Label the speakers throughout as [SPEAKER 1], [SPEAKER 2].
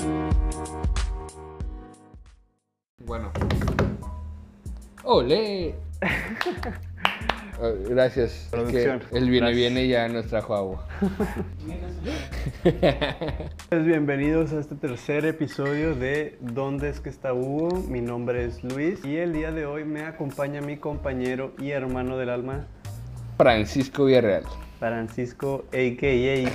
[SPEAKER 1] ¡Ole! Oh, Gracias. Es que
[SPEAKER 2] Producción.
[SPEAKER 1] el viene
[SPEAKER 2] Gracias.
[SPEAKER 1] viene ya nos trajo agua.
[SPEAKER 2] Pues bienvenidos a este tercer episodio de ¿Dónde es que está Hugo? Mi nombre es Luis y el día de hoy me acompaña mi compañero y hermano del alma,
[SPEAKER 1] Francisco Villarreal.
[SPEAKER 2] Francisco AKA.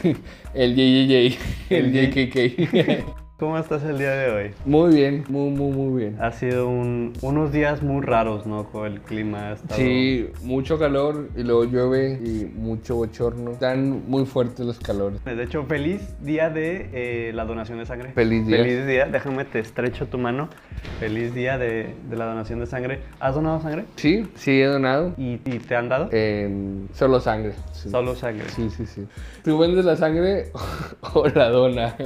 [SPEAKER 1] El JJJ. El
[SPEAKER 2] El J-
[SPEAKER 1] JKK.
[SPEAKER 2] ¿Cómo estás el día de hoy?
[SPEAKER 1] Muy bien, muy, muy, muy bien.
[SPEAKER 2] Ha sido un- unos días muy raros, ¿no? Con el clima. Ha estado-
[SPEAKER 1] Sí, mucho calor y luego llueve y mucho bochorno. Están muy fuertes los calores.
[SPEAKER 2] De hecho, feliz día de eh, la donación de sangre.
[SPEAKER 1] Feliz día.
[SPEAKER 2] Feliz día. Déjame te estrecho tu mano. Feliz día de, de la donación de sangre. ¿Has donado sangre?
[SPEAKER 1] Sí, sí he donado.
[SPEAKER 2] ¿Y, y te han dado?
[SPEAKER 1] Em, solo sangre. sí.
[SPEAKER 2] Solo sangre.
[SPEAKER 1] Sí, sí, sí. ¿Tú vendes la sangre o la dona?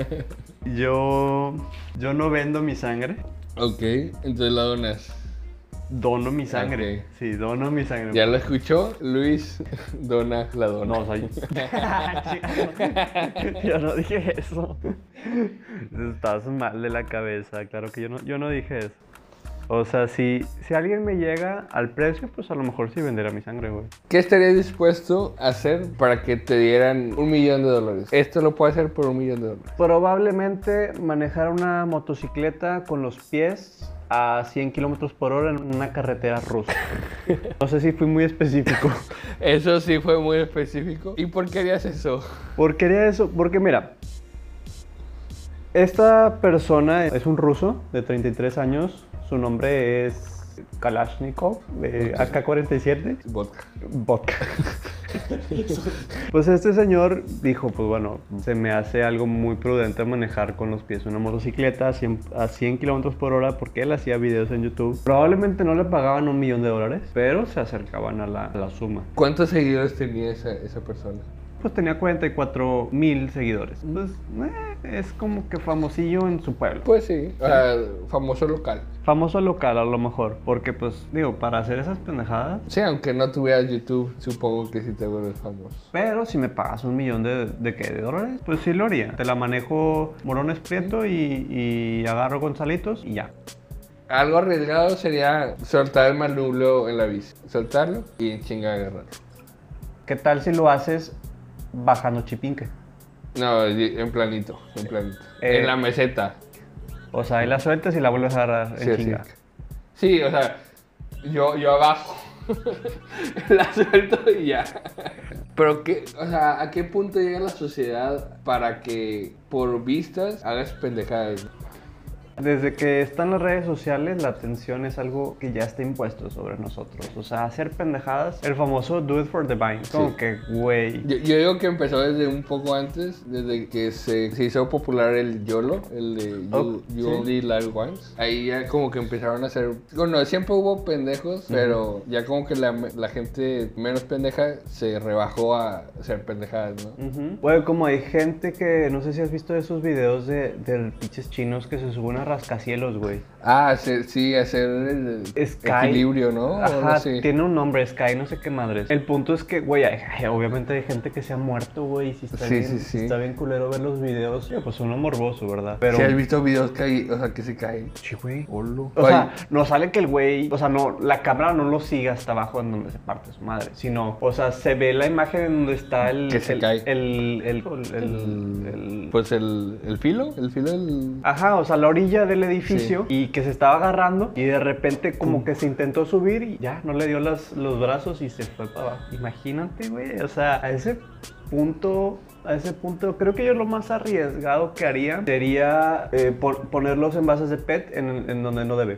[SPEAKER 2] Yo, yo no vendo mi sangre,
[SPEAKER 1] ok, entonces la donas.
[SPEAKER 2] dono mi sangre.
[SPEAKER 1] Ok.
[SPEAKER 2] Sí, dono mi sangre.
[SPEAKER 1] ¿Ya lo escuchó? Luis dona la dona.
[SPEAKER 2] No, soy. Chico, yo no dije eso. Estás mal de la cabeza, claro que yo no, yo no dije eso. O sea, si, si alguien me llega al precio, pues a lo mejor sí venderá mi sangre, güey.
[SPEAKER 1] ¿Qué estarías dispuesto a hacer para que te dieran un millón de dólares? Esto lo puedes hacer por un millón de dólares.
[SPEAKER 2] Probablemente manejar una motocicleta con los pies a 100 kilómetros por hora en una carretera rusa. No sé si fui muy específico.
[SPEAKER 1] Eso sí fue muy específico. ¿Y por qué harías eso?
[SPEAKER 2] ¿Por qué haría eso? Porque mira, esta persona es un ruso de 33 años, su nombre es Kalashnikov, de AK-47,
[SPEAKER 1] Vodka.
[SPEAKER 2] vodka. pues este señor dijo, pues bueno, se me hace algo muy prudente manejar con los pies una motocicleta a 100, a 100 kilómetros por hora porque él hacía videos en YouTube. Probablemente no le pagaban un millón de dólares, pero se acercaban a la- a la suma.
[SPEAKER 1] ¿Cuántos seguidores tenía esa, esa persona?
[SPEAKER 2] Pues tenía 44 mil seguidores. Pues eh, es como que famosillo en su pueblo.
[SPEAKER 1] Pues sí, o sea, famoso local.
[SPEAKER 2] Famoso local a lo mejor, porque pues digo, para hacer esas pendejadas.
[SPEAKER 1] Sí, aunque no tuvieras YouTube, supongo que sí te vuelves famoso.
[SPEAKER 2] Pero si me pagas un millón de, de qué, de dólares, pues sí lo haría. Te la manejo Morones Prieto y, y agarro Gonzalitos y ya.
[SPEAKER 1] Algo arriesgado sería soltar el manubrio en la bici. Soltarlo y chinga agarrarlo.
[SPEAKER 2] ¿Qué tal si lo haces bajando Chipinque?
[SPEAKER 1] No, en planito, en planito.
[SPEAKER 2] Eh.
[SPEAKER 1] en la meseta.
[SPEAKER 2] O sea, ahí la sueltas y la vuelves a agarrar en
[SPEAKER 1] Sí, sí.
[SPEAKER 2] chinga.
[SPEAKER 1] Sí, o sea, yo, yo abajo. la suelto y ya. Pero, ¿qué, o sea, ¿a qué punto llega la sociedad para que por vistas hagas pendejadas?
[SPEAKER 2] Desde que están las redes sociales, la atención es algo que ya está impuesto sobre nosotros. O sea, hacer pendejadas, el famoso do it for the vine. Como
[SPEAKER 1] Sí.
[SPEAKER 2] que, güey.
[SPEAKER 1] Yo, yo digo que empezó desde un poco antes, desde que se, se hizo popular el YOLO, el de You,
[SPEAKER 2] Oh,
[SPEAKER 1] you
[SPEAKER 2] sí.
[SPEAKER 1] Only Live Once. Ahí ya como que empezaron a hacer... Bueno, siempre hubo pendejos, pero ya como que la, la gente menos pendeja se rebajó a ser pendejadas, ¿no?
[SPEAKER 2] Ujú. Güey, como hay gente que, no sé si has visto esos videos de, de pinches chinos que se suben a rascacielos, güey.
[SPEAKER 1] Ah, hacer- sí, hacer el
[SPEAKER 2] Sky.
[SPEAKER 1] equilibrio, ¿no? O
[SPEAKER 2] Ajá,
[SPEAKER 1] Oh, no sé.
[SPEAKER 2] tiene un nombre, Sky, no sé qué madres. El punto es que, güey, hay- hay- obviamente hay gente que se ha muerto, güey, y si está,
[SPEAKER 1] Sí,
[SPEAKER 2] bien,
[SPEAKER 1] sí, sí.
[SPEAKER 2] está bien culero ver los videos. Yo, pues uno morboso, ¿verdad? Pero,
[SPEAKER 1] Si has visto videos que hay, o sea, que se caen.
[SPEAKER 2] Sí, güey.
[SPEAKER 1] Olo.
[SPEAKER 2] O sea, no sale que el güey, o sea, no, la cámara no lo siga hasta abajo en donde se parte su madre, sino, o sea, se ve la imagen en donde está el...
[SPEAKER 1] Que se
[SPEAKER 2] el,
[SPEAKER 1] cae.
[SPEAKER 2] El, el, el- el- el- Ah.
[SPEAKER 1] pues el, el filo, el filo del...
[SPEAKER 2] Ajá, o sea, la orilla del edificio y que se estaba agarrando y de repente
[SPEAKER 1] Mm.
[SPEAKER 2] como que se intentó subir y ya, no le dio las, los brazos y se fue para abajo. Imagínate, güey, o sea, a ese punto, a ese punto, creo que yo lo más arriesgado que haría sería eh, pon- poner los envases de PET en, en donde no debe.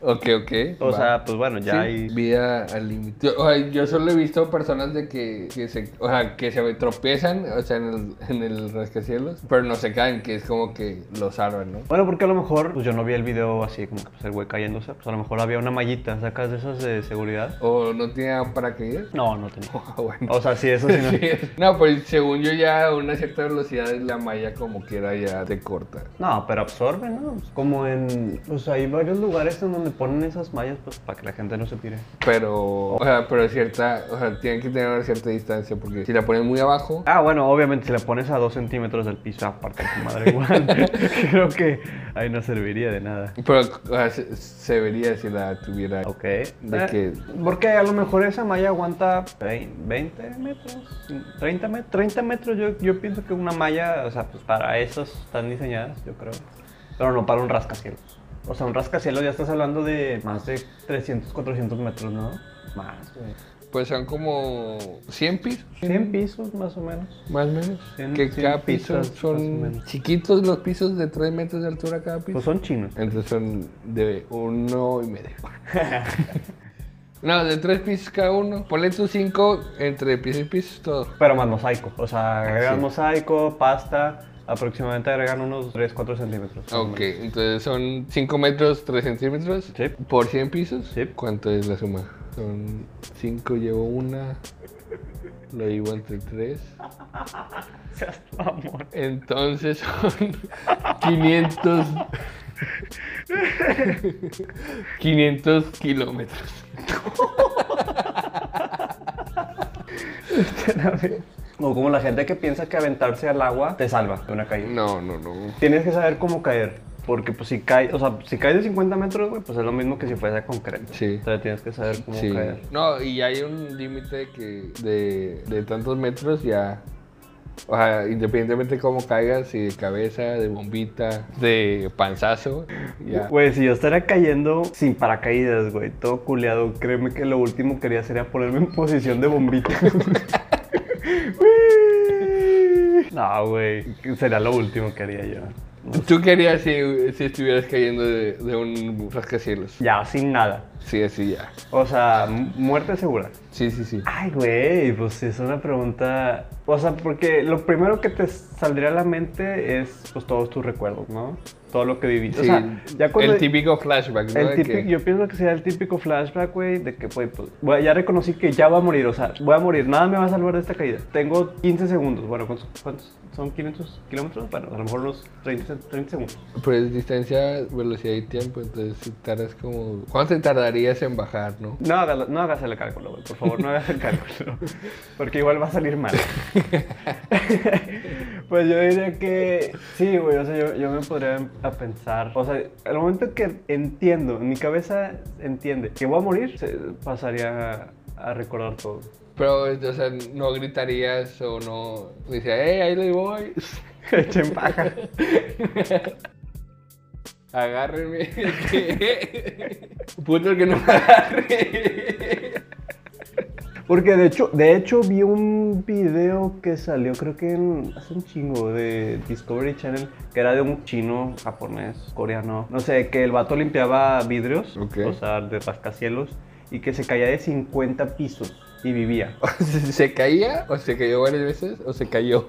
[SPEAKER 1] Ok, ok.
[SPEAKER 2] O
[SPEAKER 1] va.
[SPEAKER 2] sea, pues bueno, ya
[SPEAKER 1] Sí,
[SPEAKER 2] hay...
[SPEAKER 1] vida al límite. Yo, o sea, yo solo he visto personas de que, que se, o sea, que se tropiezan, o sea, en el, en el rascacielos, pero no se caen, que es como que lo salvan, ¿no?
[SPEAKER 2] Bueno, porque a lo mejor, pues yo no vi el video así como que pues, el güey cayéndose, pues a lo mejor había una mallita, ¿sacas de esas de seguridad?
[SPEAKER 1] O no tiene paracaídas.
[SPEAKER 2] No, no tenía.
[SPEAKER 1] Ah, bueno.
[SPEAKER 2] O sea, sí, eso sí no.
[SPEAKER 1] Sí, eso No, pues según yo ya a una cierta velocidad la malla como quiera ya te corta.
[SPEAKER 2] No, pero absorbe, ¿no? Como en. Pues hay varios lugares en donde ponen esas mallas pues para que la gente no se tire.
[SPEAKER 1] Pero, o sea, pero cierta, o sea, tienen que tener una cierta distancia porque si la pones muy abajo,
[SPEAKER 2] Ah, bueno, obviamente si la pones a dos centímetros del piso, aparte de tu madre igual. Creo que ahí no serviría de nada.
[SPEAKER 1] pero o sea, se, se vería si la tuviera.
[SPEAKER 2] Ok.
[SPEAKER 1] ¿De
[SPEAKER 2] Eh,
[SPEAKER 1] qué?
[SPEAKER 2] Porque a lo mejor esa malla aguanta vein- 20 metros, 30 metros. 30 metros yo, yo pienso que una malla, o sea, pues para esas están diseñadas, yo creo. Pero no para un rascacielos. O sea, un rascacielos ya estás hablando de más de 300, 400 metros, ¿no? Más, güey.
[SPEAKER 1] Pues son como 100 pisos.
[SPEAKER 2] 100 pisos más o menos.
[SPEAKER 1] Más o menos.
[SPEAKER 2] 100,
[SPEAKER 1] que
[SPEAKER 2] 100
[SPEAKER 1] cada piso
[SPEAKER 2] pisos, más o
[SPEAKER 1] son
[SPEAKER 2] menos.
[SPEAKER 1] chiquitos los pisos de 3 metros de altura cada piso.
[SPEAKER 2] Pues son chinos.
[SPEAKER 1] Entonces son de uno y medio. no, de tres pisos cada uno. Ponle tus cinco entre piso y piso, todo.
[SPEAKER 2] Pero más mosaico. O sea, agregan
[SPEAKER 1] Ah, Sí.
[SPEAKER 2] mosaico, pasta, aproximadamente agregan unos 3, 4 centímetros.
[SPEAKER 1] Ok, entonces son 5 metros, 3 centímetros
[SPEAKER 2] Sí.
[SPEAKER 1] por 100 pisos.
[SPEAKER 2] Sí.
[SPEAKER 1] ¿Cuánto es la suma? Son 5, llevo una, lo digo entre 3.
[SPEAKER 2] Seas tu amor.
[SPEAKER 1] Entonces son 500... 500 kilómetros.
[SPEAKER 2] O como la gente que piensa que aventarse al agua te salva de una caída.
[SPEAKER 1] No, no, no.
[SPEAKER 2] Tienes que saber cómo caer. Porque pues si caes, o sea, si caes de 50 metros, güey, pues es lo mismo que si fuese a concreto.
[SPEAKER 1] Sí.
[SPEAKER 2] O sea, tienes que saber cómo
[SPEAKER 1] Sí.
[SPEAKER 2] caer.
[SPEAKER 1] No, y hay un límite de que de, de tantos metros ya. O sea, independientemente de cómo caigas, si de cabeza, de bombita, de panzazo, ya.
[SPEAKER 2] Güey, si yo estaría cayendo sin paracaídas, güey, todo culeado, créeme que lo último que quería sería ponerme en posición de bombita. Uy. no, güey, sería lo último que haría yo.
[SPEAKER 1] ¿Tú querías si, si estuvieras cayendo de, de un rascacielos?
[SPEAKER 2] Ya, sin nada.
[SPEAKER 1] Sí, así ya.
[SPEAKER 2] O sea, mu- muerte segura.
[SPEAKER 1] Sí, sí, sí.
[SPEAKER 2] Ay, güey, pues es una pregunta. O sea, porque lo primero que te saldría a la mente es pues todos tus recuerdos, ¿no? Todo lo que viviste. O
[SPEAKER 1] Sí,
[SPEAKER 2] sea, ya cuando.
[SPEAKER 1] el típico flashback, ¿no?
[SPEAKER 2] el
[SPEAKER 1] De
[SPEAKER 2] típico-
[SPEAKER 1] que-
[SPEAKER 2] Yo pienso que sería el típico flashback, güey, de que, güey, pues, güey, ya reconocí que ya voy a morir, o sea, voy a morir, nada me va a salvar de esta caída. Tengo 15 segundos, bueno, ¿cuántos, cuántos son 500 kilómetros? Bueno, a lo mejor unos 30, 30 segundos.
[SPEAKER 1] Pero es pues, distancia, velocidad y tiempo, entonces si tardas como... ¿Cuánto te tardarías en bajar, no?
[SPEAKER 2] No hagas, no hagas el cálculo, güey. Por favor, no hagas el cálculo. Porque igual va a salir mal. pues yo diría que sí, güey. O sea, yo, yo me podría a pensar. O sea, el momento que entiendo, en mi cabeza entiende que voy a morir, se- pasaría a, a recordar todo.
[SPEAKER 1] Pero, este, o sea, no gritarías o no... Dice, hey, ahí le voy.
[SPEAKER 2] Echen paja.
[SPEAKER 1] Agárrenme. Puto el que no me agarre.
[SPEAKER 2] Porque de hecho, de hecho vi un video que salió, creo que en- hace un chingo de Discovery Channel, que era de un chino, japonés, coreano, no sé, que el vato limpiaba vidrios,
[SPEAKER 1] Ok.
[SPEAKER 2] o sea, de rascacielos, y que se caía de 50 pisos y vivía.
[SPEAKER 1] ¿Se caía? ¿O se cayó varias veces? ¿O se cayó?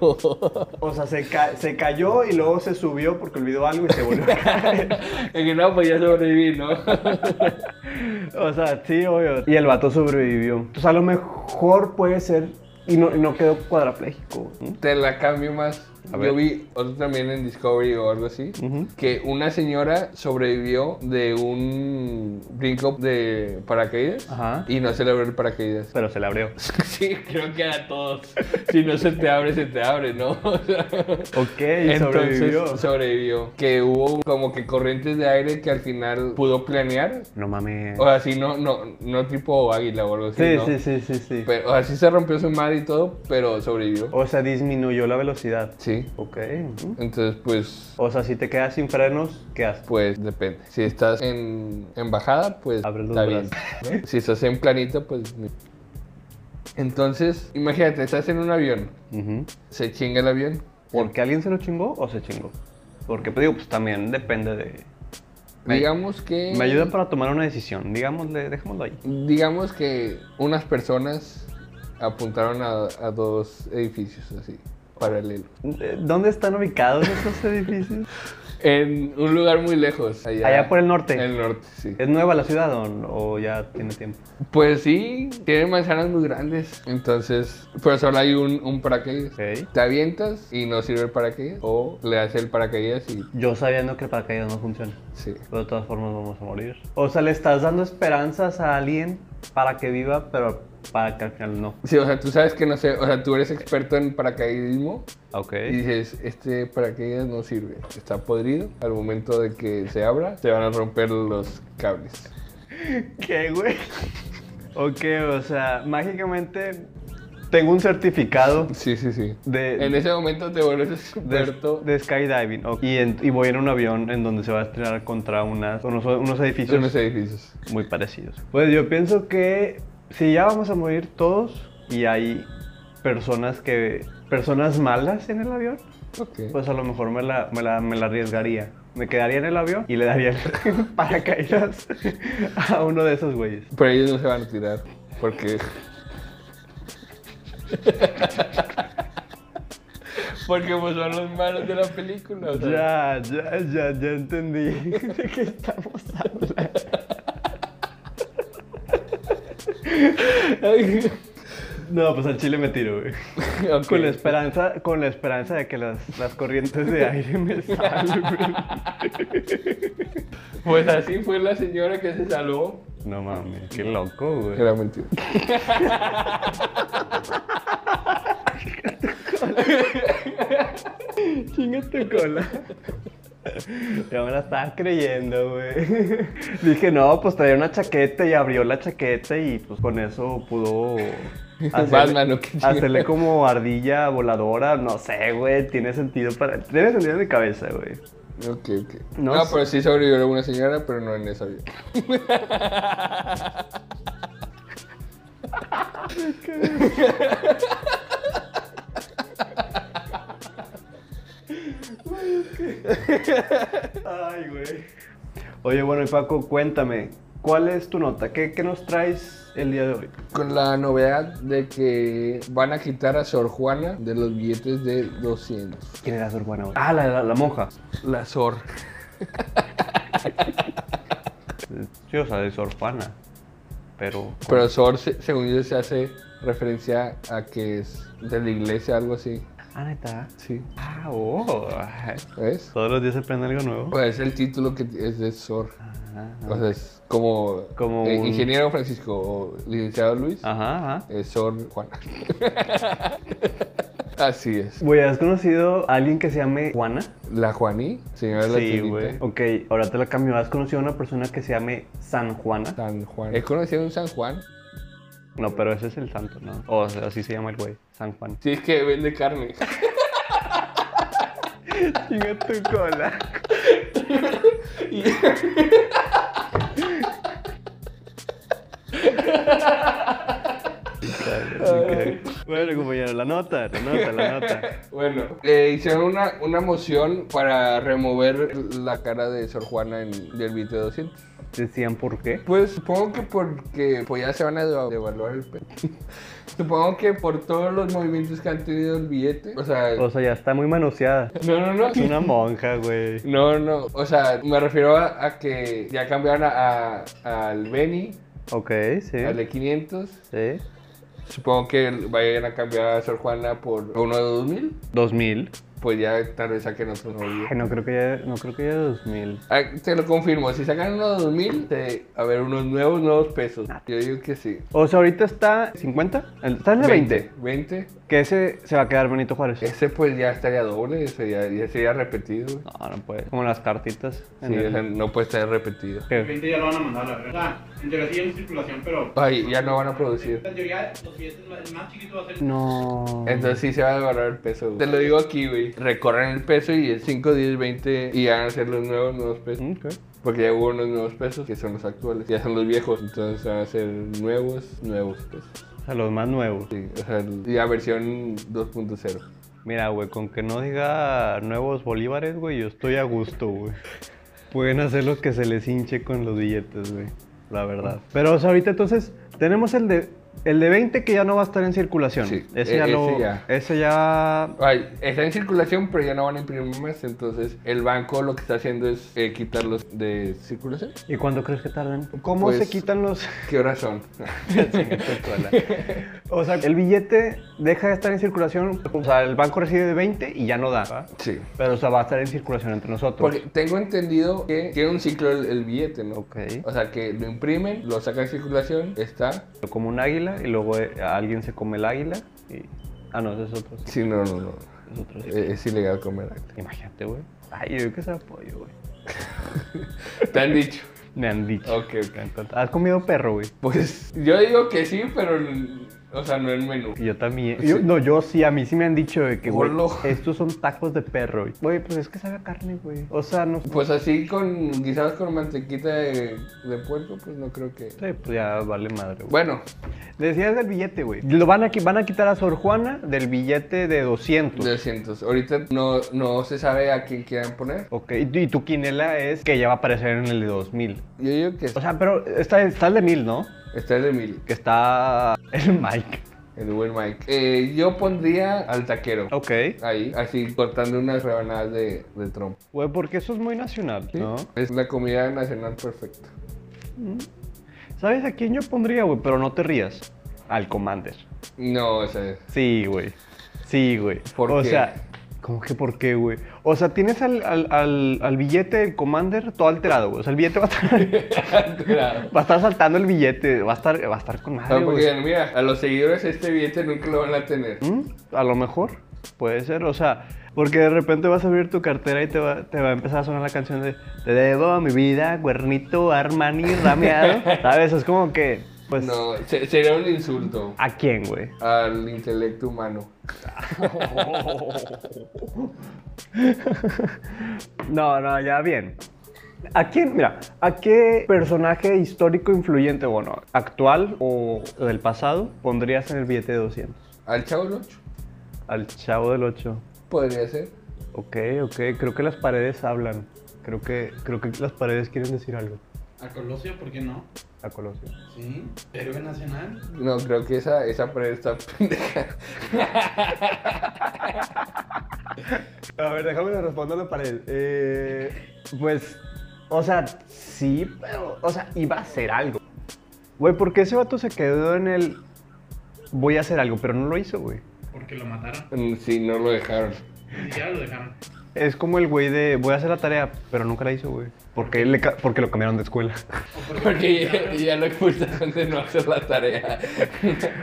[SPEAKER 2] O sea, se, ca- se cayó y luego se subió porque olvidó algo y se volvió a caer.
[SPEAKER 1] Es que no podía sobrevivir, ¿no?
[SPEAKER 2] O sea, sí, obvio. Y el vato sobrevivió. Entonces a lo mejor puede ser, y no, y no quedó cuadrapléjico. ¿no?
[SPEAKER 1] Te la cambio más.
[SPEAKER 2] A ver.
[SPEAKER 1] Yo vi otro también en Discovery o algo así,
[SPEAKER 2] Ujú.
[SPEAKER 1] que una señora sobrevivió de un brinco de paracaídas
[SPEAKER 2] Ajá.
[SPEAKER 1] y no se le abrió el paracaídas.
[SPEAKER 2] Pero se le abrió.
[SPEAKER 1] Sí, creo que a todos. Si no se te abre, se te abre, ¿no? O sea,
[SPEAKER 2] Ok, y
[SPEAKER 1] Entonces
[SPEAKER 2] sobrevivió.
[SPEAKER 1] sobrevivió. Que hubo como que corrientes de aire que al final pudo planear.
[SPEAKER 2] No mames.
[SPEAKER 1] O sea, sí, no, no, no tipo águila o algo así.
[SPEAKER 2] Sí,
[SPEAKER 1] ¿no?
[SPEAKER 2] sí, sí, sí, sí.
[SPEAKER 1] Pero, o sea, sí se rompió su madre y todo, pero sobrevivió.
[SPEAKER 2] O sea, disminuyó la velocidad.
[SPEAKER 1] Sí.
[SPEAKER 2] Ok.
[SPEAKER 1] Entonces, pues,
[SPEAKER 2] O sea, si te quedas sin frenos, ¿qué haces?
[SPEAKER 1] pues depende. Si estás en, en bajada, pues
[SPEAKER 2] Abre los
[SPEAKER 1] está bien.
[SPEAKER 2] brazos,
[SPEAKER 1] ¿no? Si estás en planito, pues... ni- Entonces, imagínate, estás en un avión. Se chinga el avión.
[SPEAKER 2] ¿Porque alguien se lo chingó o se chingó? Porque, pues, digo, pues también depende de... Me-
[SPEAKER 1] Digamos que...
[SPEAKER 2] Me ayuda para tomar una decisión. Digámosle, dejémoslo ahí.
[SPEAKER 1] Digamos que unas personas apuntaron a, a dos edificios así. paralelo.
[SPEAKER 2] Eh, ¿Dónde están ubicados estos edificios?
[SPEAKER 1] En un lugar muy lejos. Allá,
[SPEAKER 2] Allá por el norte.
[SPEAKER 1] En el norte, sí.
[SPEAKER 2] ¿Es nueva la ciudad o, o ya tiene tiempo?
[SPEAKER 1] Pues sí, tiene manzanas muy grandes. Entonces, pero solo hay un, un paracaídas.
[SPEAKER 2] Ok.
[SPEAKER 1] Te avientas y no sirve el paracaídas. O le das el paracaídas y.
[SPEAKER 2] Yo sabiendo que el paracaídas no funciona.
[SPEAKER 1] Sí.
[SPEAKER 2] Pero de todas formas vamos a morir. O sea, le estás dando esperanzas a alguien para que viva, pero para que al final no.
[SPEAKER 1] Sí, o sea, tú sabes que no sé. O sea, tú eres experto en paracaidismo.
[SPEAKER 2] Ok.
[SPEAKER 1] Y dices, este paracaídas no sirve, está podrido. Al momento de que se abra, se van a romper los cables.
[SPEAKER 2] ¿Qué, güey? Ok, o sea, mágicamente tengo un certificado
[SPEAKER 1] Sí, sí, sí.
[SPEAKER 2] de,
[SPEAKER 1] En ese momento te vuelves
[SPEAKER 2] Eh, de-
[SPEAKER 1] experto
[SPEAKER 2] de skydiving ok, y, en- y voy en un avión en donde se va a estrenar contra unas, unos, unos
[SPEAKER 1] en
[SPEAKER 2] edificios
[SPEAKER 1] unos edificios.
[SPEAKER 2] muy parecidos. Pues yo pienso que si ya vamos a morir todos y hay personas que personas malas en el avión,
[SPEAKER 1] Ok.
[SPEAKER 2] pues a lo mejor me la, me la, me la arriesgaría. Me quedaría en el avión y le daría el paracaídas a uno de esos güeyes.
[SPEAKER 1] Pero ellos no se van a tirar, porque... porque pues son los malos de la película. o sea.
[SPEAKER 2] Ya, ya, ya, ya entendí de qué estamos hablando. No, pues al chile me tiro, güey.
[SPEAKER 1] Ok.
[SPEAKER 2] Con la esperanza, con la esperanza de que las, las corrientes de aire me salven.
[SPEAKER 1] Pues así fue la señora que se salvó.
[SPEAKER 2] No mames, qué loco, güey.
[SPEAKER 1] Era mentira.
[SPEAKER 2] Chinga tu cola. Yo me la estaba creyendo, güey. Dije, no, pues traía una chaqueta y abrió la chaqueta y pues con eso pudo
[SPEAKER 1] Batman, ¿o qué chingados?
[SPEAKER 2] hacerle como ardilla voladora. No sé, güey, tiene sentido para... Tiene sentido en mi cabeza, güey.
[SPEAKER 1] Ok, ok.
[SPEAKER 2] No
[SPEAKER 1] No,
[SPEAKER 2] sé.
[SPEAKER 1] pero sí sobrevivió una señora, pero no en esa vida.
[SPEAKER 2] Ay, güey. Oye, bueno, y Paco, cuéntame, ¿cuál es tu nota? ¿Qué, qué nos traes el día de hoy?
[SPEAKER 1] Con la novedad de que van a quitar a Sor Juana de los billetes de 200.
[SPEAKER 2] ¿Quién era Sor Juana, güey? Ah, la, la, la monja.
[SPEAKER 1] La Sor.
[SPEAKER 2] Sí, o sea, de Sor Juana. Pero...
[SPEAKER 1] Pero Sor, se- según yo, se hace referencia a que es de la iglesia, algo así.
[SPEAKER 2] Ah, neta.
[SPEAKER 1] Sí.
[SPEAKER 2] Ah, oh.
[SPEAKER 1] ¿Ves?
[SPEAKER 2] Todos los días se aprende algo nuevo.
[SPEAKER 1] Pues es el título que es de Sor.
[SPEAKER 2] Ajá,
[SPEAKER 1] O sea, es como, Ah.
[SPEAKER 2] Como
[SPEAKER 1] eh,
[SPEAKER 2] un-
[SPEAKER 1] ingeniero Francisco o licenciado Luis,
[SPEAKER 2] ajá.
[SPEAKER 1] es Sor Juana. así es.
[SPEAKER 2] Güey, ¿has conocido a alguien que se llame Juana?
[SPEAKER 1] La Juaní, señora de
[SPEAKER 2] Sí,
[SPEAKER 1] la
[SPEAKER 2] güey.
[SPEAKER 1] güey.
[SPEAKER 2] Ok, ahora te la cambio. ¿Has conocido a una persona que se llame San Juana?
[SPEAKER 1] San Juan. ¿Es conocido un San Juan?
[SPEAKER 2] No, pero ese es el santo, ¿no? O sea, así se llama el güey, San Juan.
[SPEAKER 1] Sí, es que vende carne.
[SPEAKER 2] Chinga tu cola. Bueno, compañero, la nota, la nota, la nota.
[SPEAKER 1] Bueno, eh, hicieron una, una moción para remover la cara de Sor Juana en, del billete de 200.
[SPEAKER 2] ¿Decían por qué?
[SPEAKER 1] Pues supongo que porque pues ya se van a deva- devaluar el peso. supongo que por todos los movimientos que han tenido el billete. O sea,
[SPEAKER 2] O sea, ya está muy manoseada.
[SPEAKER 1] no, no, no.
[SPEAKER 2] Es una monja, güey.
[SPEAKER 1] No, no. O sea, me refiero a, a que ya cambiaron a- a- al Beni,
[SPEAKER 2] Ok, sí.
[SPEAKER 1] al de 500.
[SPEAKER 2] Sí.
[SPEAKER 1] Supongo que vayan a cambiar a Sor Juana por uno de 2000.
[SPEAKER 2] 2000.
[SPEAKER 1] Pues ya tal vez saquen otro novio.
[SPEAKER 2] Ay, no creo que ya, no creo que ya 2000.
[SPEAKER 1] Ah, Te lo confirmo, si sacan uno de 2000, te- a ver, unos nuevos, nuevos pesos. Yo digo que sí.
[SPEAKER 2] O sea, ahorita está 50, el- está en el 20.
[SPEAKER 1] 20.
[SPEAKER 2] Que ese se va a quedar Benito Juárez.
[SPEAKER 1] Ese pues ya estaría doble, sería, ya sería repetido. güey.
[SPEAKER 2] No, no puede. Como las cartitas. en
[SPEAKER 1] Sí,
[SPEAKER 2] el-
[SPEAKER 1] o sea, no puede estar repetido.
[SPEAKER 2] ¿Qué?
[SPEAKER 3] 20 ya lo van a mandar, la verdad. O sea, en teoría sí en circulación, pero.
[SPEAKER 1] Ay, ya no van a producir. Mm.
[SPEAKER 3] En teoría, los billetes más- el más chiquito va a ser.
[SPEAKER 2] No.
[SPEAKER 1] Entonces sí se va a devaluar el peso. güey. Te lo digo aquí, güey. Recorren el peso y el 5, 10, 20 y van a ser los nuevos, nuevos pesos.
[SPEAKER 2] Ok.
[SPEAKER 1] Porque ya hubo unos nuevos pesos que son los actuales. Ya son los viejos, entonces van a ser nuevos, nuevos pesos.
[SPEAKER 2] O sea, los más nuevos.
[SPEAKER 1] Sí, o sea, la versión 2.0.
[SPEAKER 2] Mira, güey, con que no diga nuevos bolívares, güey, yo estoy a gusto, güey. Pueden hacer lo que se les hinche con los billetes, güey. La verdad. Pero, o sea, ahorita entonces tenemos el de El de 20 que ya no va a estar en circulación.
[SPEAKER 1] Sí,
[SPEAKER 2] ese
[SPEAKER 1] e-
[SPEAKER 2] ya
[SPEAKER 1] ese
[SPEAKER 2] lo.
[SPEAKER 1] ya.
[SPEAKER 2] Ese ya.
[SPEAKER 1] Ay, está en circulación, pero ya no van a imprimir más. Entonces, el banco lo que está haciendo es eh, quitarlos de circulación.
[SPEAKER 2] ¿Y cuándo crees que tarden? ¿Cómo
[SPEAKER 1] Pues-
[SPEAKER 2] se quitan los.?
[SPEAKER 1] ¿Qué horas son?
[SPEAKER 2] o sea, el billete deja de estar en circulación. O sea, el banco recibe de 20 y ya no da. ¿va?
[SPEAKER 1] sí.
[SPEAKER 2] Pero, o sea, va a estar en circulación entre nosotros.
[SPEAKER 1] Porque tengo entendido que tiene un ciclo el, el billete, ¿no?
[SPEAKER 2] Ok.
[SPEAKER 1] O sea, que lo imprimen, lo sacan en circulación, está.
[SPEAKER 2] Como un águila y luego eh, alguien se come el águila y. Ah, no, ese es otro.
[SPEAKER 1] Sí, no, no, no.
[SPEAKER 2] Es otro.
[SPEAKER 1] Eh, Es, ilegal comer águila.
[SPEAKER 2] Imagínate, güey. Ay, yo creo que será pollo, güey.
[SPEAKER 1] Te han dicho.
[SPEAKER 2] Me han dicho.
[SPEAKER 1] Ok, ok.
[SPEAKER 2] ¿Has comido perro, güey?
[SPEAKER 1] Pues yo digo que sí, pero. n- O sea, no en menú.
[SPEAKER 2] Yo también.
[SPEAKER 1] Sí.
[SPEAKER 2] Yo- no, yo sí, a mí sí me han dicho de que, güey,
[SPEAKER 1] Gordo.
[SPEAKER 2] estos son tacos de perro. güey. Güey, pues es que sabe a carne, güey. O sea, no sé,
[SPEAKER 1] Pues así con guisados con mantequita de, de puerco, pues no creo que.
[SPEAKER 2] pues ya vale madre, güey.
[SPEAKER 1] Bueno,
[SPEAKER 2] Decías del billete, güey. Lo van a, qui- van a quitar a Sor Juana del billete de 200.
[SPEAKER 1] 200. Ahorita no, no se sabe a quién quieran poner.
[SPEAKER 2] Ok, y tu- y tu quinela es que ya va a aparecer en el de 2000.
[SPEAKER 1] Yo digo que
[SPEAKER 2] O sea, pero está, está el de 1000, ¿no?
[SPEAKER 1] está el de mil,
[SPEAKER 2] Que está el Mike.
[SPEAKER 1] el buen Mike. Eh, yo pondría al taquero.
[SPEAKER 2] Ok.
[SPEAKER 1] Ahí, así cortando unas rebanadas de, de trompo.
[SPEAKER 2] Güey, porque eso es muy nacional,
[SPEAKER 1] ¿sí?
[SPEAKER 2] ¿no?
[SPEAKER 1] Es la comida nacional perfecta.
[SPEAKER 2] ¿Sabes a quién yo pondría, güey? Pero no te rías. Al Commander.
[SPEAKER 1] No, o sea,
[SPEAKER 2] Sí, güey. Sí, güey.
[SPEAKER 1] ¿Por
[SPEAKER 2] o
[SPEAKER 1] qué?
[SPEAKER 2] sea, ¿cómo que por qué, güey? O sea, tienes al, al, al, al billete del Commander todo alterado, güey. O sea, el billete va a estar,
[SPEAKER 1] claro.
[SPEAKER 2] va a estar saltando el billete, va a estar, va a estar con madre,
[SPEAKER 1] No,
[SPEAKER 2] güey.
[SPEAKER 1] porque mira, a los seguidores este billete nunca lo van a tener.
[SPEAKER 2] Mm, A lo mejor, puede ser, o sea, porque de repente vas a abrir tu cartera y te va, te va a empezar a sonar la canción de Te debo a mi vida, cuernito, Armani, rameado. ¿Sabes? Es como que, pues,
[SPEAKER 1] No, se- sería un insulto
[SPEAKER 2] ¿a quién, güey?
[SPEAKER 1] al intelecto humano.
[SPEAKER 2] No, no, ya bien. ¿A quién, mira, a qué personaje histórico influyente, bueno, actual o del pasado pondrías en el billete de 200?
[SPEAKER 1] Al chavo del Ocho,
[SPEAKER 2] Al Chavo del 8.
[SPEAKER 1] podría ser.
[SPEAKER 2] Ok, ok, creo que las paredes hablan. Creo que, creo que las paredes quieren decir algo
[SPEAKER 3] A Colosio, ¿por qué no?
[SPEAKER 2] a Colosio.
[SPEAKER 3] Sí. Héroe nacional.
[SPEAKER 1] No, creo que esa, esa pared está pendeja.
[SPEAKER 2] A ver, déjame le respondo a la pared. Eh, pues, o sea, sí, pero, o sea, iba a hacer algo. Güey, ¿por qué ese vato se quedó en el voy a hacer algo, pero no lo hizo, güey?
[SPEAKER 3] Porque lo mataron.
[SPEAKER 1] Mm, Sí, no lo dejaron.
[SPEAKER 3] Ni siquiera lo dejaron.
[SPEAKER 2] Es como el güey de voy a hacer la tarea, pero nunca la hizo, güey. Porque, le ca- porque lo cambiaron de escuela.
[SPEAKER 3] O porque,
[SPEAKER 1] Porque ya, ya lo expulsaron de no hacer la tarea.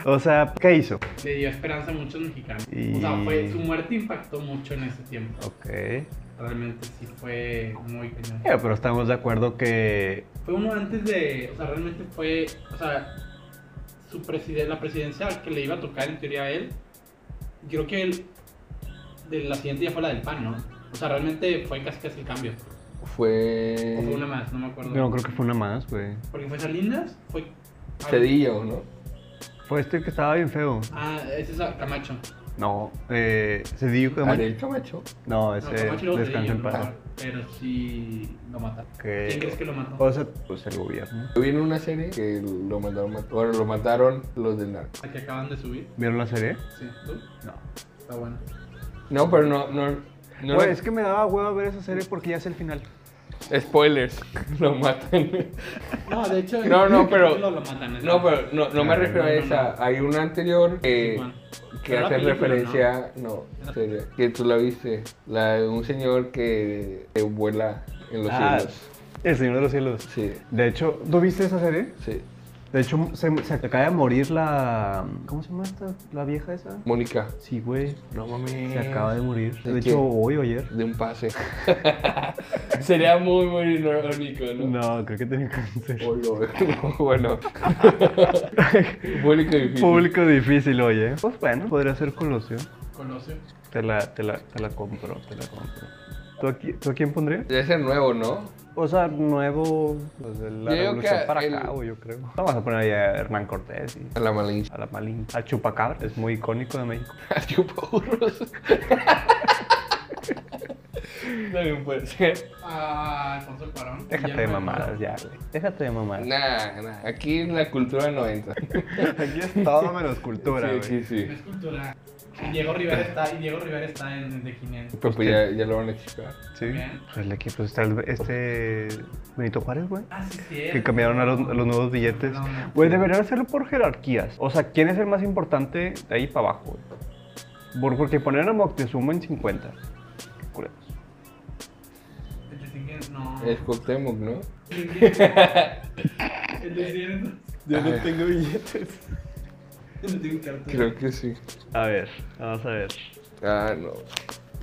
[SPEAKER 2] O sea, ¿qué hizo?
[SPEAKER 3] le dio esperanza a muchos mexicanos.
[SPEAKER 2] Y-
[SPEAKER 3] O sea, fue, su muerte impactó mucho en ese tiempo.
[SPEAKER 2] Ok. Eh,
[SPEAKER 3] Realmente sí fue muy cañón.
[SPEAKER 2] pero estamos de acuerdo que...
[SPEAKER 3] Fue uno antes de, o sea, realmente fue, o sea, su preside- la presidencia que le iba a tocar en teoría a él, creo que el, de la siguiente ya fue la del PAN, ¿no? O sea, realmente fue casi casi el cambio.
[SPEAKER 1] Fue.
[SPEAKER 3] O fue una más, no me acuerdo.
[SPEAKER 2] No, creo que fue una más, güey.
[SPEAKER 3] Porque fue Salinas, fue...
[SPEAKER 1] Cedillo, ¿no?
[SPEAKER 2] Fue este que estaba bien feo.
[SPEAKER 3] Ah, ese es a- Camacho.
[SPEAKER 2] No, eh, se dijo que...
[SPEAKER 1] Ariel Camacho.
[SPEAKER 2] No,
[SPEAKER 3] No,
[SPEAKER 2] ese...
[SPEAKER 3] Camacho luego
[SPEAKER 2] descansa
[SPEAKER 3] Cedillo,
[SPEAKER 2] en
[SPEAKER 3] no me
[SPEAKER 2] paz.
[SPEAKER 3] acuerdo. Pero sí lo mataron.
[SPEAKER 2] Que-
[SPEAKER 3] ¿Quién crees que lo mató?
[SPEAKER 2] O sea, pues el gobierno.
[SPEAKER 1] Yo vi en una serie que lo mandaron mat- bueno, lo mataron los del narco.
[SPEAKER 3] La que acaban de subir.
[SPEAKER 2] ¿Vieron la serie?
[SPEAKER 3] Sí, tú.
[SPEAKER 2] No.
[SPEAKER 3] Está bueno.
[SPEAKER 1] No, pero no, no, no
[SPEAKER 2] Güey,
[SPEAKER 1] lo-
[SPEAKER 2] Pues, es que me daba hueva ver esa serie porque ya es el final.
[SPEAKER 1] spoilers, lo matan.
[SPEAKER 3] No, de hecho...
[SPEAKER 1] No, no, pero-
[SPEAKER 3] Lo, lo matan. es
[SPEAKER 1] No,
[SPEAKER 3] verdad.
[SPEAKER 1] pero no, no me refiero a esa. Hay una anterior que, que
[SPEAKER 3] Pero la
[SPEAKER 1] hace
[SPEAKER 3] película,
[SPEAKER 1] referencia, no, serie, que tú la viste, la de un señor que, que vuela en los
[SPEAKER 2] Ah.
[SPEAKER 1] cielos.
[SPEAKER 2] El Señor de los Cielos.
[SPEAKER 1] Sí,
[SPEAKER 2] De hecho, ¿tú viste esa serie?
[SPEAKER 1] sí.
[SPEAKER 2] De hecho, se, se acaba de morir la. ¿Cómo se llama esta? ¿La vieja esa?
[SPEAKER 1] Mónica,
[SPEAKER 2] Sí, güey. No mames.
[SPEAKER 3] Eh,
[SPEAKER 2] Se acaba de morir.
[SPEAKER 1] ¿De
[SPEAKER 2] De,
[SPEAKER 1] quién?
[SPEAKER 2] hecho, hoy o ayer.
[SPEAKER 1] de un pase. Sería muy, muy irónico,
[SPEAKER 2] No, creo que tenía cáncer.
[SPEAKER 1] O lo- bueno, público difícil.
[SPEAKER 2] Público difícil, oye. Pues bueno, podría ser Colosio.
[SPEAKER 3] Colosio.
[SPEAKER 2] Te la, te la, te la compro, te la compro. ¿Tú a, qui- tú a quién pondrías?
[SPEAKER 1] Debe ser nuevo, ¿no?
[SPEAKER 2] O sea, nuevo. Pues de
[SPEAKER 1] Yo
[SPEAKER 2] la
[SPEAKER 1] digo
[SPEAKER 2] revolución
[SPEAKER 1] que
[SPEAKER 2] para
[SPEAKER 1] el-
[SPEAKER 2] acá, güey, yo creo. No vas a poner ahí a Hernán Cortés y
[SPEAKER 1] A la malinche.
[SPEAKER 2] a la Malin. A Chupacabra, es muy icónico de México.
[SPEAKER 1] A chupaburros. también puede ser.
[SPEAKER 3] a Ah, Alfonso Cuarón.
[SPEAKER 2] Déjate de mamadas ya, güey. Déjate de mamadas.
[SPEAKER 1] Nah, nah, aquí en la cultura no entra.
[SPEAKER 2] Aquí es todo menos cultura,
[SPEAKER 1] sí,
[SPEAKER 2] güey.
[SPEAKER 1] aquí sí.
[SPEAKER 3] Es cultura. Y Diego Rivera está, y Diego Rivera está en de 500.
[SPEAKER 1] Pues, pues ya, ya lo van a explicar.
[SPEAKER 2] Sí.
[SPEAKER 3] Bien.
[SPEAKER 2] Pues el equipo está el- este Benito Juárez, güey.
[SPEAKER 3] Ah, sí, sí.
[SPEAKER 2] Que cambiaron a los, a los nuevos billetes.
[SPEAKER 3] No, no.
[SPEAKER 2] Güey, deberían hacerlo por jerarquías. O sea, ¿quién es el más importante de ahí para abajo, güey? Por- Porque poner a Moctezuma en 50. Qué culeros.
[SPEAKER 3] El de 500, no.
[SPEAKER 1] Es Cuauhtémoc, ¿no?
[SPEAKER 3] El de 500. El de 500.
[SPEAKER 1] Yo no
[SPEAKER 2] tengo billetes.
[SPEAKER 3] El de 500.
[SPEAKER 1] Ah, Creo que sí.
[SPEAKER 2] A ver, vamos a ver.
[SPEAKER 1] Ah, no.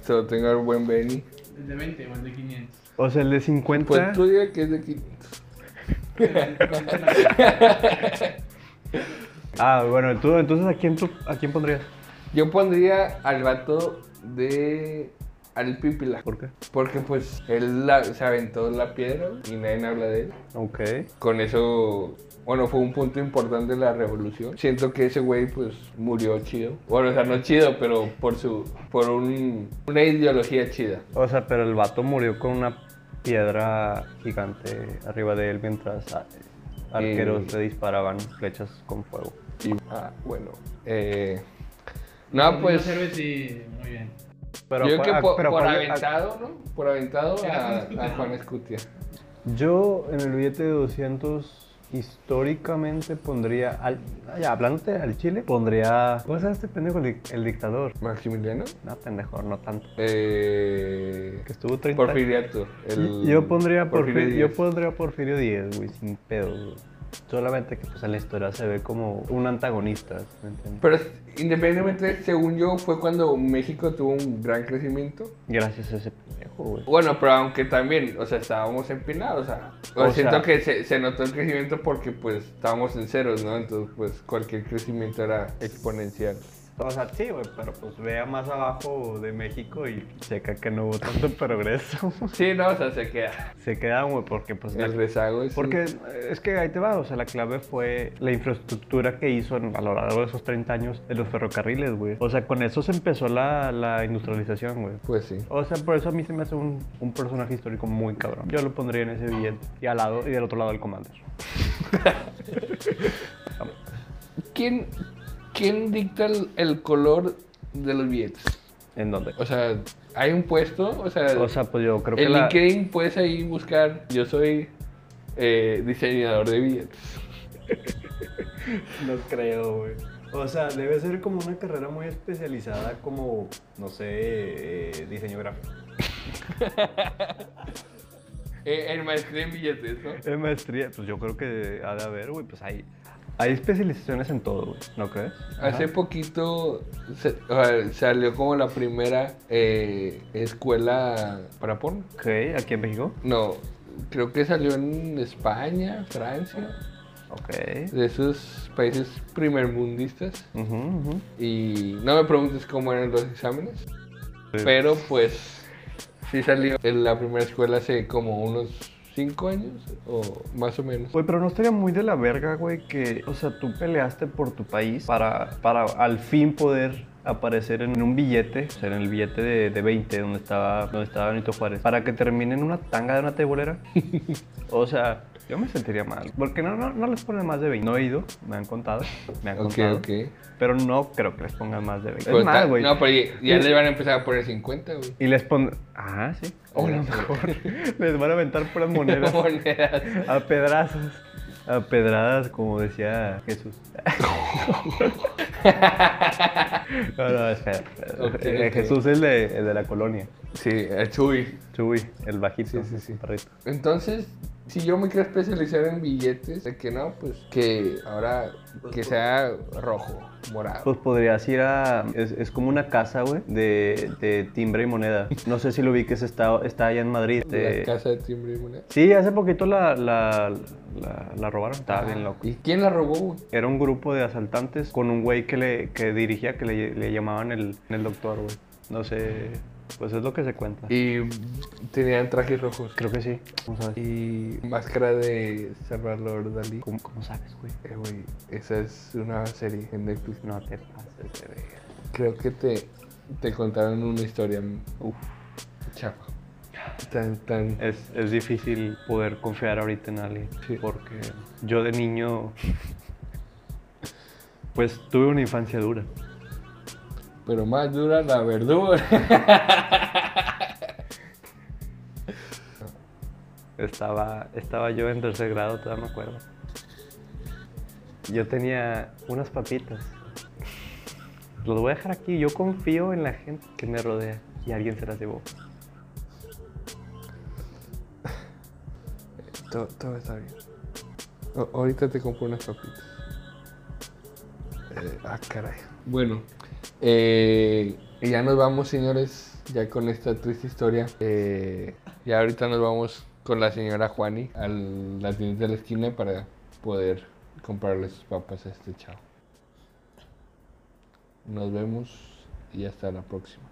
[SPEAKER 1] Se lo tengo al buen Benny.
[SPEAKER 3] El de 20 o el de 500.
[SPEAKER 2] O sea, el de 50.
[SPEAKER 1] Pues tú digas que es de 500.
[SPEAKER 3] El de 50.
[SPEAKER 2] Ah, bueno, tú, entonces ¿a quién, tú- ¿a quién pondrías?
[SPEAKER 1] Yo pondría al vato de. al Pipila.
[SPEAKER 2] ¿Por qué?
[SPEAKER 1] Porque pues él la- se aventó la piedra y nadie habla de él.
[SPEAKER 2] Ok.
[SPEAKER 1] Con eso, bueno, fue un punto importante de la revolución. Siento que ese güey pues murió chido. Bueno, o sea, no chido, pero por su por un- una ideología chida.
[SPEAKER 2] O sea, pero el vato murió con una piedra gigante arriba de él mientras ah, arqueros
[SPEAKER 1] Y-
[SPEAKER 2] le disparaban flechas con fuego.
[SPEAKER 1] Y, ah, bueno. eh, no, pues
[SPEAKER 3] No sirve si- Muy bien.
[SPEAKER 2] Pero
[SPEAKER 1] yo
[SPEAKER 2] fue-
[SPEAKER 1] creo que
[SPEAKER 2] ah,
[SPEAKER 1] por,
[SPEAKER 2] pero
[SPEAKER 1] por
[SPEAKER 2] fue- ah,
[SPEAKER 1] aventado, ¿no? Por aventado a,
[SPEAKER 3] Era Juan Escutia,
[SPEAKER 1] a
[SPEAKER 3] ¿no?
[SPEAKER 1] Juan Escutia.
[SPEAKER 2] Yo en el billete de 200 históricamente pondría, al, ah, ya, hablándote al Chile, pondría... ¿Cómo se llama este pendejo? El, dic- el dictador.
[SPEAKER 1] Maximiliano.
[SPEAKER 2] No, pendejo, no tanto.
[SPEAKER 1] Eh,
[SPEAKER 2] Que estuvo 30
[SPEAKER 1] Porfiriato. el-
[SPEAKER 2] Yo pondría Porfirio, yo
[SPEAKER 1] Díaz.
[SPEAKER 2] pondría Porfirio Díaz, güey, sin pedo. güey. Solamente que pues en la historia se ve como un antagonista, ¿me entiendes?
[SPEAKER 1] Pero independientemente, según yo, fue cuando México tuvo un gran crecimiento.
[SPEAKER 2] Gracias a ese pendejo, güey.
[SPEAKER 1] Bueno, pero aunque también, o sea, estábamos empinados, o sea, o
[SPEAKER 2] O
[SPEAKER 1] siento
[SPEAKER 2] sea-
[SPEAKER 1] que se, se notó el crecimiento porque pues estábamos en ceros, ¿no? Entonces, pues cualquier crecimiento era exponencial.
[SPEAKER 2] O sea, sí, güey, pero pues vea más abajo de México y checa que no hubo tanto progreso.
[SPEAKER 1] Sí, no, o sea, se queda.
[SPEAKER 2] se quedan, güey, porque pues... la-
[SPEAKER 1] El rezago es...
[SPEAKER 2] Porque eh, es que ahí te va, o sea, la clave fue la infraestructura que hizo en- a lo largo de esos 30 años de los ferrocarriles, güey. O sea, con eso se empezó la, la industrialización, güey.
[SPEAKER 1] Pues sí.
[SPEAKER 2] O sea, por eso a mí se me hace un, un personaje histórico muy cabrón. Yo lo pondría en ese billete. Y al lado, y del otro lado el Commander.
[SPEAKER 1] ¿Quién, quién dicta el, el color de los billetes?
[SPEAKER 2] ¿En dónde?
[SPEAKER 1] O sea, ¿hay un puesto? O sea,
[SPEAKER 2] O sea, pues yo creo que
[SPEAKER 1] en
[SPEAKER 2] la...
[SPEAKER 1] LinkedIn puedes ahí buscar, yo soy eh, diseñador de billetes.
[SPEAKER 2] No creo, güey. O sea, debe ser como una carrera muy especializada como, no sé, diseño gráfico.
[SPEAKER 1] Eh, el maestría en billetes, ¿no?
[SPEAKER 2] En maestría, pues yo creo que ha de haber, güey, pues hay... Hay especializaciones en todo, güey, ¿no crees?
[SPEAKER 1] Hace
[SPEAKER 2] Ajá.
[SPEAKER 1] poquito se- o sea, salió como la primera eh, escuela para porno.
[SPEAKER 2] Ok, aquí en México.
[SPEAKER 1] No, creo que salió en España, Francia,
[SPEAKER 2] Ok.
[SPEAKER 1] de esos países primermundistas.
[SPEAKER 2] Ujú, ujú.
[SPEAKER 1] Y no me preguntes cómo eran los exámenes, pero pues sí salió. En la primera escuela hace como unos 5 años o más o menos.
[SPEAKER 2] Güey, pero no estaría muy de la verga, güey, que, o sea, tú peleaste por tu país para, para al fin poder aparecer en un billete, o sea, en el billete de, de 20 donde estaba, donde estaba Benito Juárez, para que termine en una tanga de una tebolera. o sea, yo me sentiría mal, porque no, no, no les ponen más de 20. No he ido, me han contado, me han
[SPEAKER 1] Ok,
[SPEAKER 2] contado.
[SPEAKER 1] ok.
[SPEAKER 2] Pero no creo que les pongan más de 20.
[SPEAKER 1] Pero
[SPEAKER 2] es más,
[SPEAKER 1] está-
[SPEAKER 2] güey.
[SPEAKER 1] no, pero ya, ya
[SPEAKER 2] Y-
[SPEAKER 1] le van a empezar a poner 50, güey.
[SPEAKER 2] Y les pon... Ah, sí. O a lo mejor les van a aventar puras monedas.
[SPEAKER 1] Monedas.
[SPEAKER 2] A pedrazos. A pedradas, como decía Jesús. no, no, espera.
[SPEAKER 1] Ok,
[SPEAKER 2] Eh,
[SPEAKER 1] ok.
[SPEAKER 2] Jesús es el de, el de la colonia.
[SPEAKER 1] Sí, el Chuy.
[SPEAKER 2] eh, Chuy, el bajito.
[SPEAKER 1] Sí, sí, sí.
[SPEAKER 2] el perrito.
[SPEAKER 1] Entonces, si yo me quiero especializar en billetes, de que no, pues que ahora que sea rojo, morado.
[SPEAKER 2] Pues podrías ir a. Es, es como una casa, güey, de, de timbre y moneda. No sé si lo vi que está, está allá en Madrid.
[SPEAKER 1] La
[SPEAKER 2] Eh,
[SPEAKER 1] casa de timbre y moneda.
[SPEAKER 2] Sí, hace poquito la, la, la, la robaron. Estaba bien loco.
[SPEAKER 1] ¿Y quién la robó? güey?
[SPEAKER 2] Era un grupo de asaltantes con un güey que le que dirigía, que le, le llamaban el, el doctor, güey. No sé, pues es lo que se cuenta.
[SPEAKER 1] Y tenían trajes rojos.
[SPEAKER 2] Creo que sí. ¿Cómo sabes?
[SPEAKER 1] Y máscara de Salvador Dalí.
[SPEAKER 2] ¿Cómo, cómo sabes, güey?
[SPEAKER 1] Eh, güey, esa es una serie en Netflix.
[SPEAKER 2] No te pases de verga.
[SPEAKER 1] Creo que te, te contaron una historia. Uf, chapa. tan, tan.
[SPEAKER 2] Es, es difícil poder confiar ahorita en alguien.
[SPEAKER 1] Sí.
[SPEAKER 2] Porque yo de niño, pues tuve una infancia dura.
[SPEAKER 1] Pero más dura la verdura.
[SPEAKER 2] Estaba, estaba yo en tercer grado, todavía me acuerdo. Yo tenía unas papitas. Los voy a dejar aquí. Yo confío en la gente que me rodea y alguien se las llevó.
[SPEAKER 1] Todo, todo está bien. A- ahorita te compro unas papitas. Eh, ah, caray. Bueno, eh, y ya nos vamos, señores, ya con esta triste historia. Eh, ya ahorita nos vamos con la señora Juani a la tienda de la esquina para poder comprarle sus papas a este chavo. Nos vemos y hasta la próxima.